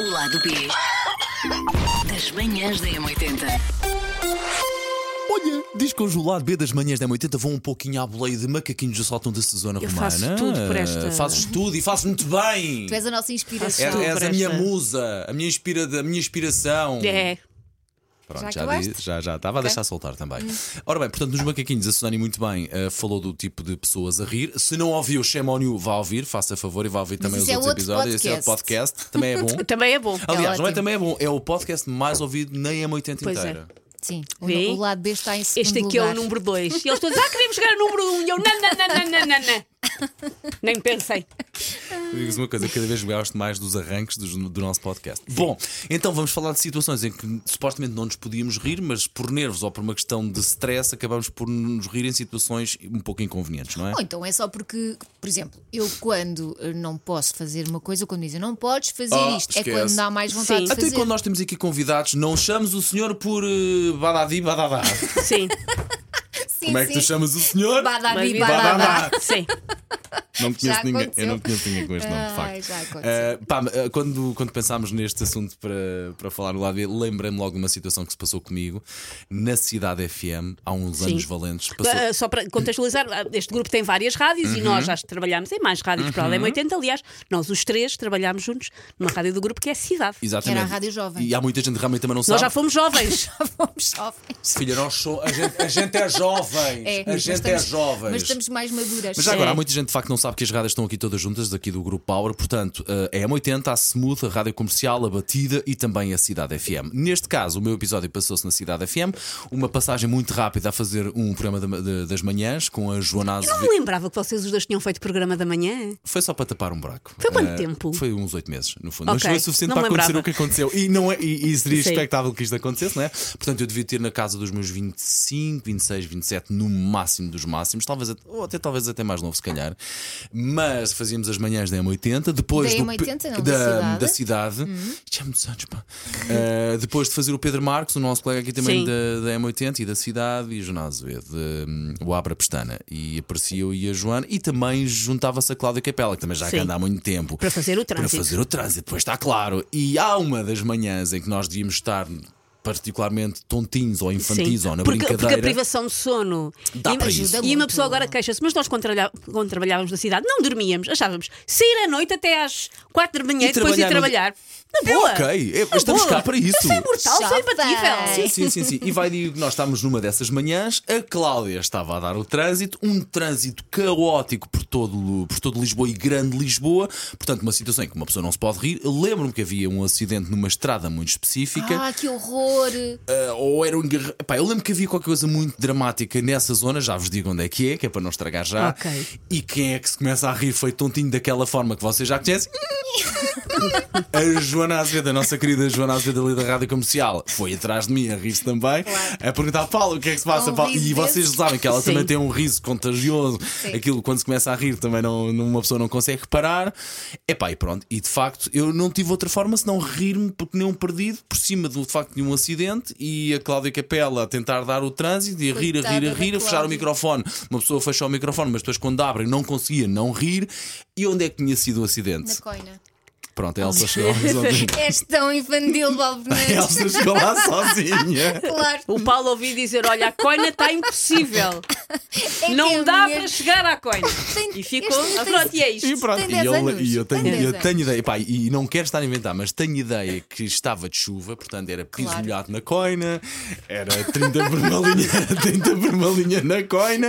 O lado B das manhãs da M80. Olha, diz que hoje o lado B das manhãs da 80 vão um pouquinho à boleia de macaquinhos do sótão da Susana Eu Romana. faço tudo por esta- Fazes tudo e fazes muito bem. Tu és a nossa inspiração. É- tudo és por a minha esta- musa, a minha, inspira, a minha inspiração. É. Pronto, Já já, acabaste? disse- já, já estava a deixar soltar também. Ora bem, portanto, nos macaquinhos, a Sonani muito bem eh, falou do tipo de pessoas a rir. Se não ouviu o Shemoniu, vá ouvir, faça favor e vá ouvir também isso os é outros outro episódios. Esse é outro podcast, também é bom. Também é bom. Aliás, não é ótimo. também é bom, é o podcast mais ouvido na M80 Pois é. inteira. Sim, o, Vê? o lado B está em segundo Este aqui é o lugar. número 2. E eles todos, ah, queremos chegar ao número 1. Um. E eu, não, não, não, não, não, não. Nem pensei. Eu Digo-vos uma coisa, eu cada vez gosto mais dos arranques dos- do, nosso podcast. Bom, então vamos falar de situações em que supostamente não nos podíamos rir, mas por nervos ou por uma questão de stress acabamos por nos rir em situações um pouco inconvenientes, não é? Ou então é só porque, por exemplo, eu quando eh, não posso fazer uma coisa, quando dizem não podes fazer Ah, isto, é esquece. Ah, quando dá mais vontade Sim. de Até fazer. quando nós temos aqui convidados, não chamamos o senhor por eh, badadi badadá. Sim. Sim, Como é que sim. tu chamas o senhor? Badadi, Badabá. badabá. Ah, Sim. Não conheço ninguém, eu aconteceu. não conheço ninguém com este nome, de Ai, facto. já aconteceu. Eh, pá, eh, quando, quando pensámos neste assunto para, para falar no lado B, lembrei-me logo de uma situação que se passou comigo na Cidade FM há uns anos valentes. Passou- Ah, Só para contextualizar, ah, este grupo tem várias rádios e nós já trabalhámos em mais rádios para além de 80. Aliás, nós os três trabalhámos juntos numa rádio do grupo que é Cidade. Exatamente. Que era a Rádio Jovem. E há muita gente que realmente também não Nós sabe. já fomos jovens. Fomos jovens. Filha, nós sou, a, gente, a gente é jovens. É, a mas gente estamos- é jovens. Mas estamos mais maduras. Mas já agora, É. há muita gente de facto que não sabe que as rádios estão aqui todas juntas, daqui do Grupo Power. Portanto, eh, a M80, a Smooth, a Rádio Comercial, a Batida e também a Cidade FM. Neste caso, o meu episódio passou-se na Cidade FM. Uma passagem muito rápida a fazer um programa da- da- das manhãs com a Joana Não Azevedo. me lembrava que vocês os dois tinham feito programa da manhã. Foi só para tapar um buraco. Foi quanto Eh, tempo? Foi uns oito meses, no fundo. Mas Ok, foi suficiente não para acontecer lembrava. o que aconteceu. E, não é, e, e seria Sim. expectável que isto acontecesse, não é? Portanto, eu devia ter na casa dos meus 25, 26, 27, no máximo dos máximos, talvez até- ou até talvez até mais novo, se calhar. Mas fazíamos as manhãs da M80, depois Da do Pe- M80, não, da, da da cidade. Hum. cidade. Isto é muitos anos, pá. Eh, depois de fazer o Pedro Marcos, o nosso colega aqui também Sim. da, da M80 e da cidade, e o Jornal Azevedo, eh, o Abra Pestana. E aparecia eu e a Joana, e também juntava-se a Cláudia Capela, que também já Sim. anda há muito tempo. Para fazer o trânsito. Para fazer o trânsito, pois está claro. E há uma das manhãs em que nós devíamos estar particularmente tontinhos ou infantis ou na porque, brincadeira. porque a privação de sono Dá e, para isso. e uma pessoa agora queixa-se, mas nós quando, trabalha- quando trabalhávamos na cidade não dormíamos, achávamos sair à noite até às 4 da manhã E e depois ir trabalhar trabalhar. Na boa. Ok, é, Na estamos boa. cá para isso. Isso é mortal, isso é Jovem. imbatível. Sim, sim, sim, sim. E vai digo, nós estávamos numa dessas manhãs, a Cláudia estava a dar o trânsito, um trânsito caótico por todo, por todo Lisboa e grande Lisboa, portanto, uma situação em que uma pessoa não se pode rir. Eu Lembro-me que havia um acidente numa estrada muito específica. Ah, que horror! Eh, ou era um engarra- Epá, eu lembro que havia qualquer coisa muito dramática nessa zona, já vos digo onde é que é, que é para não estragar já. Ok. E quem é que se começa a rir foi tontinho daquela forma que vocês já conhecem? a Joana Azevedo, a nossa querida Joana Azevedo ali da Rádio Comercial, foi atrás de mim a rir-se também, a perguntar Paulo o que é que se passa, Um Paulo? E riso vocês desse? sabem que ela Sim. também tem um riso contagioso, aquilo quando se começa a rir também não, não- uma pessoa não consegue parar. Epá, e pronto, e de facto eu não tive outra forma senão rir-me porque nem um perdido por cima do facto de um acidente e a Cláudia Capela a tentar dar o trânsito e a rir, a rir, a Coitada da rir, a fechar o Cláudia. microfone. Uma pessoa fecha o microfone, mas depois quando abre não conseguia não rir. E onde é que tinha sido o Na acidente? coina. Pronto, a Elsa chegou, ontem. És tão infantil, Paulo A Fernandes. Elsa chegou lá sozinha. Claro. O Paulo ouvi dizer: olha, a coina está impossível. É que Não a dá minha- para chegar à coina. Tem- E ficou. este Ah, tem- pronto, e é isto. E pronto, Tem e 10 eu, anos. e eu tenho, Tem 10 eu anos. tenho ideia, pá, e não quero estar a inventar, mas tenho ideia que estava de chuva, portanto era piso Claro. molhado na coina, era 30 por uma linha, 30 por uma linha na coina.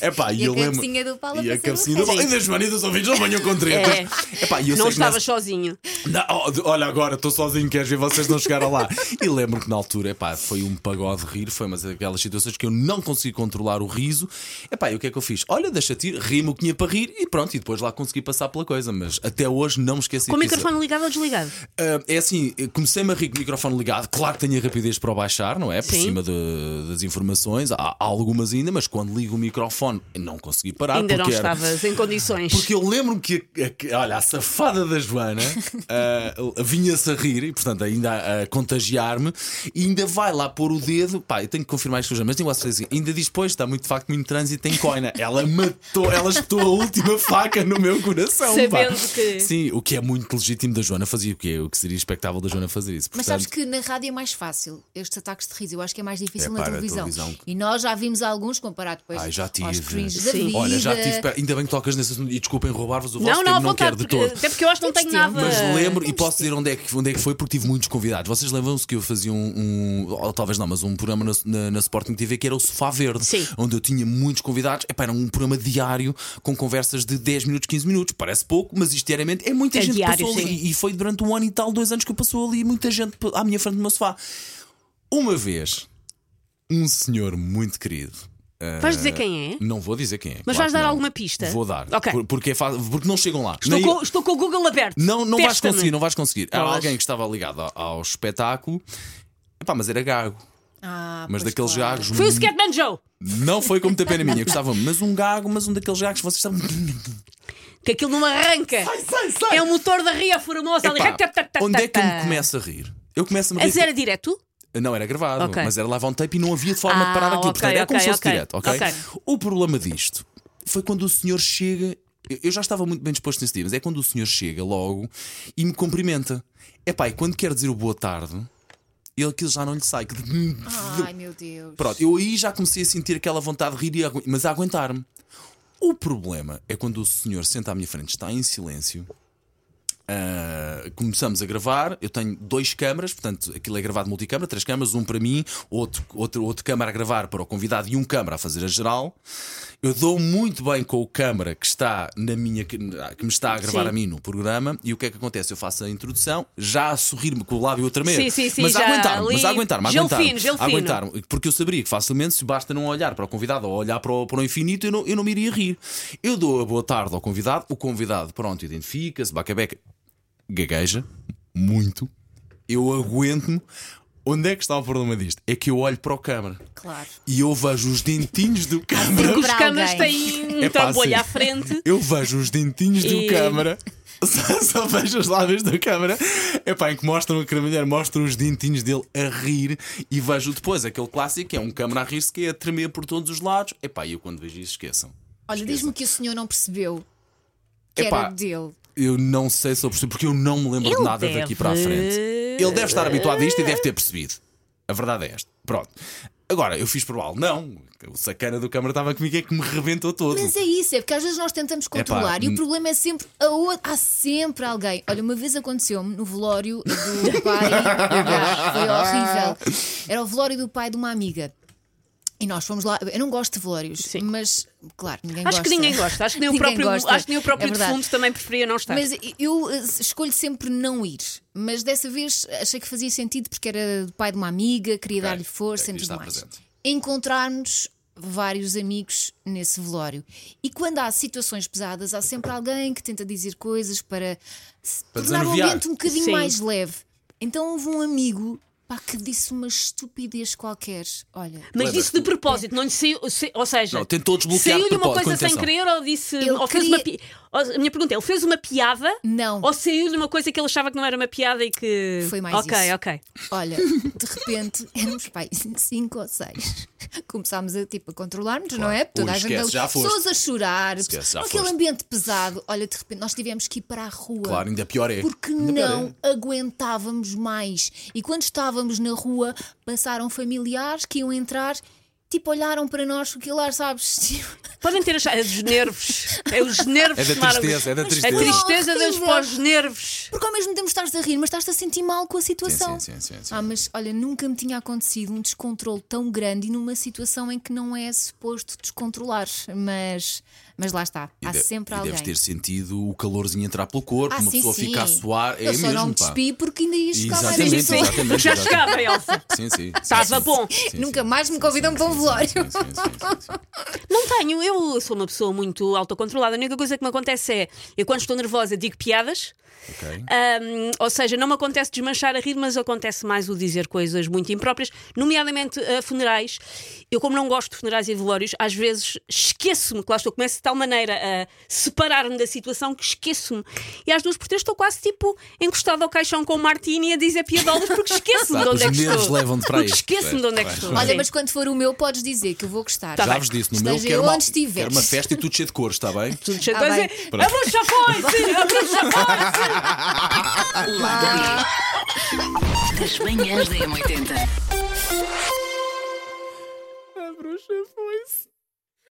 Epá, e E a eu lembro. cabecinha do Paulo a e a fazer o cabecinha do Paulo. E resto. das manias dos ouvidos não venham com tretas. É. Epá, e eu Não sei que estava nessa- sozinho. não, oh, olha, agora estou sozinho, queres ver vocês não chegaram lá? E lembro que na altura, epá, foi um pagode rir, foi umas daquelas situações que eu não consegui controlar o riso. Epá, e o que é que eu fiz? Olha, deixa-te ir, rimo o que tinha para rir e pronto, e depois lá consegui passar pela coisa, mas até hoje não me esqueci Com o que isso- é. microfone ligado ou desligado? ah, é assim, comecei-me a rir com o microfone ligado. Claro que tenho a rapidez para o baixar, não é? Por Sim. cima de- das informações, há, há algumas ainda, mas quando ligo o microfone não consegui parar Ainda não Ah, porque era- estavas em condições. porque eu lembro-me que, a- a- que- olha, a safada da Joana, ah, vinha-se a rir e, portanto, ainda a, a contagiar-me, e ainda vai lá pôr o dedo. Pá, eu tenho que confirmar isto já, mas tenho quase certeza. assim, Ainda diz, pois, está muito, de facto, muito trânsito em coina. Ela matou, ela espetou a última faca no meu coração. pá. Sabendo que- Sim, o que é muito legítimo da Joana fazer, o que, é, o que seria expectável da Joana fazer isso. Mas Portanto, sabes que na rádio é mais fácil estes ataques de riso. Eu acho que é mais difícil É, na pá, na televisão. televisão. E nós já vimos alguns comparado depois Ai, já tive. aos cringes da Sim. vida. Olha, já tive. pera- Ainda bem que tocas nesse assunto e desculpem roubar-vos o vosso Não, tempo, não, à é não quero vontade, de porque, todo. até porque eu acho que não tenho Temos nada. tempo. Mas lembro e temos posso dizer onde é, que, onde é que foi, porque tive muitos convidados. Vocês lembram-se que eu fazia um, um- ou talvez não, mas um programa na, na- na Sporting TV que era o Sofá Verde, Sim. onde eu tinha muitos convidados. Epá, era um programa diário com conversas de 10 minutos, 15 minutos. Parece pouco, mas isto diariamente é muita É gente que diário, passou sim. ali. E foi durante um ano e tal, dois anos que eu passou ali, muita gente pa- à minha frente do meu sofá. Uma vez, um senhor muito querido. Vais eh, dizer quem é? Não vou dizer quem é. Mas claro que vais dar não. alguma pista? Vou dar. Ok. Por- Porque, é fa- porque não chegam lá. Estou Nem- com, estou com o Google aberto. não, não vais Testa-me. conseguir, não vais conseguir. Era Bolas. alguém que estava ligado ao, ao espetáculo, Epá, mas era gago. Ah, Mas pois daqueles claro. gagos. Foi o Scatman Joe. Não foi como ter pena minha, gostava Mas um gago, mas um daqueles gagos, que vocês estavam. Que aquilo não arranca. sai, sai! É o motor da Ria Formosa. ali. Epá, Tá, tá, tá, onde é que eu tá. me começo a rir? Eu começo a me A rir. zero é direto? Não, era gravado, Ok. mas era live on tape e não havia de forma Ah, de parar aquilo. ok, Portanto, era como ok, se fosse ok. direto, ok? Ok. O problema disto foi quando o senhor chega. eu- Eu já estava muito bem disposto nesse dia, mas é quando o senhor chega logo e me cumprimenta. Epá, e quando quer dizer o boa tarde, ele aquilo já não lhe sai. que- Ai, meu Deus. Pronto, eu aí já comecei a sentir aquela vontade de rir, e agu- mas a aguentar-me. O problema é quando o senhor senta à minha frente, está em silêncio. ah, começamos a gravar. Eu tenho dois câmaras, portanto, aquilo é gravado multicâmara, três câmaras, um para mim, outro, outro, outro câmara a gravar para o convidado e um câmara a fazer a geral. Eu dou muito bem com o câmara que está na minha que que me está a gravar Sim. a mim no programa. E o que é que acontece? Eu faço a introdução, já a sorrir-me com o lábio a tremer, Sim, sim, sim, mas a já aguentar-me, mas a ali- aguentar-me, a Gelo aguentar-me, fino, gelo a fino. aguentar-me. Porque eu saberia que facilmente, se basta não olhar para o convidado ou olhar para o, para o infinito, eu não, eu não me iria rir. Eu dou a boa tarde ao convidado, o convidado, pronto, identifica-se, bacabeca, gagueja, muito. Eu aguento-me. Onde é que está o problema disto? É que eu olho para o câmara Claro. e eu vejo os dentinhos do câmara. Porque os Para câmaras alguém. têm um É pá, trambolho sim. à frente. Eu vejo os dentinhos E- do câmara. Só, só vejo os lábios da câmara. Epá, em que mostram que a mulher mostra os dentinhos dele a rir e vejo depois aquele clássico que é um câmara a rir-se que é a tremer por todos os lados. Epá, e eu quando vejo isso esqueçam. Olha, diz-me que o senhor não percebeu que Epá, era dele. Eu não sei se eu percebo, porque eu não me lembro Ele de nada deve- daqui para a frente. Ele deve estar habituado a isto e deve ter percebido. A verdade é esta. Pronto. Agora, eu fiz por mal. Não, o sacana do câmara estava comigo é que me rebentou todo. Mas é isso, é porque às vezes nós tentamos controlar e hum. o problema é sempre a outra. Há sempre alguém. Olha, uma vez aconteceu-me no velório do pai. Ah, Foi horrível. Era o velório do pai de uma amiga. E nós fomos lá. Eu não gosto de velórios, Sim. mas claro, ninguém Acho gosta. que ninguém gosta. Acho que nem o Ninguém próprio, gosta, acho que nem o próprio é verdade. defunto também preferia não estar. Mas eu eh, escolho sempre não ir. Mas dessa vez achei que fazia sentido porque era do pai de uma amiga, queria Ok, dar-lhe força ok, e está tudo mais. presente. Encontrar-nos vários amigos nesse velório. E quando há situações pesadas, há sempre alguém que tenta dizer coisas para, se Para tornar o desanuviar. ambiente um bocadinho Sim. mais leve. Então houve um amigo pá, que disse uma estupidez qualquer. Olha. Mas disse de propósito, não lhe saiu. se- Ou seja, Não, tentou desbloquear saiu-lhe de uma propósito, coisa sem com querer ou disse. Ele Ou fez queria- uma pi... ou- A minha pergunta é: ele fez uma piada? Não. Ou saiu-lhe uma coisa que ele achava que não era uma piada e que. Foi mais Ok, isso. ok. Olha, de repente éramos pai, cinco ou seis. Começámos a, tipo, a controlar-nos, não é? Ui, esquece, já foste. pessoas a chorar, Esquece, já aquele foste. ambiente pesado. Olha, de repente nós tivemos que ir para a rua. Claro, ainda pior é. Porque Ainda pior não aguentávamos mais. E quando estávamos na rua, passaram familiares que iam entrar, tipo, olharam para nós com aquele ar, sabes? Tipo, Podem ter achado. É dos nervos. É os nervos É da tomaram- tristeza, é da A tristeza. tristeza dos Horrível. pós-nervos. Porque ao mesmo tempo estás a rir, mas estás-te a sentir mal com a situação. Sim, sim, sim, sim, sim. Ah, mas olha, nunca me tinha acontecido um descontrole tão grande e numa situação em que não é suposto descontrolar. Mas, mas lá está, E há de- sempre e alguém. deves ter sentido o entrar pelo corpo, ah, uma sim, pessoa sim. fica a suar. É Eu só mesmo, não me pá. despi porque ainda ia chegar mais Exatamente, pessoas. exatamente, Já exatamente. chegava, Elsa. Sim, sim. sim, Estava sim. bom. Sim, sim. Nunca mais me convidam para um velório. sim, sim, sim, sim, sim. Não tenho, eu sou uma pessoa muito autocontrolada. A única coisa que me acontece é eu, quando estou nervosa, digo piadas. Ok. Ahm, ou seja, não me acontece desmanchar a rir, mas acontece mais o dizer coisas muito impróprias, nomeadamente a funerais. Eu, como não gosto de funerais e velórios, às vezes esqueço-me, que lá estou, começo de tal maneira a separar-me da situação que esqueço-me. E às duas por três estou quase tipo encostada ao caixão com o Martini a dizer piadolas porque esqueço-me de Sabe, onde é os que nervos estou. levam-te para Porque isto, Esqueço-me de onde é que estou. Olha, Sim. mas quando for o meu, podes dizer que eu vou gostar. Já vos disse, no meu Esteja quero eu mal- Tá onde estiver. quero uma festa e tudo cheio de cores, está bem? Tudo cheio Ah, de coisa. bem. A bruxa foi-se! A bruxa foi-se! Das manhãs da M80. A bruxa foi-se.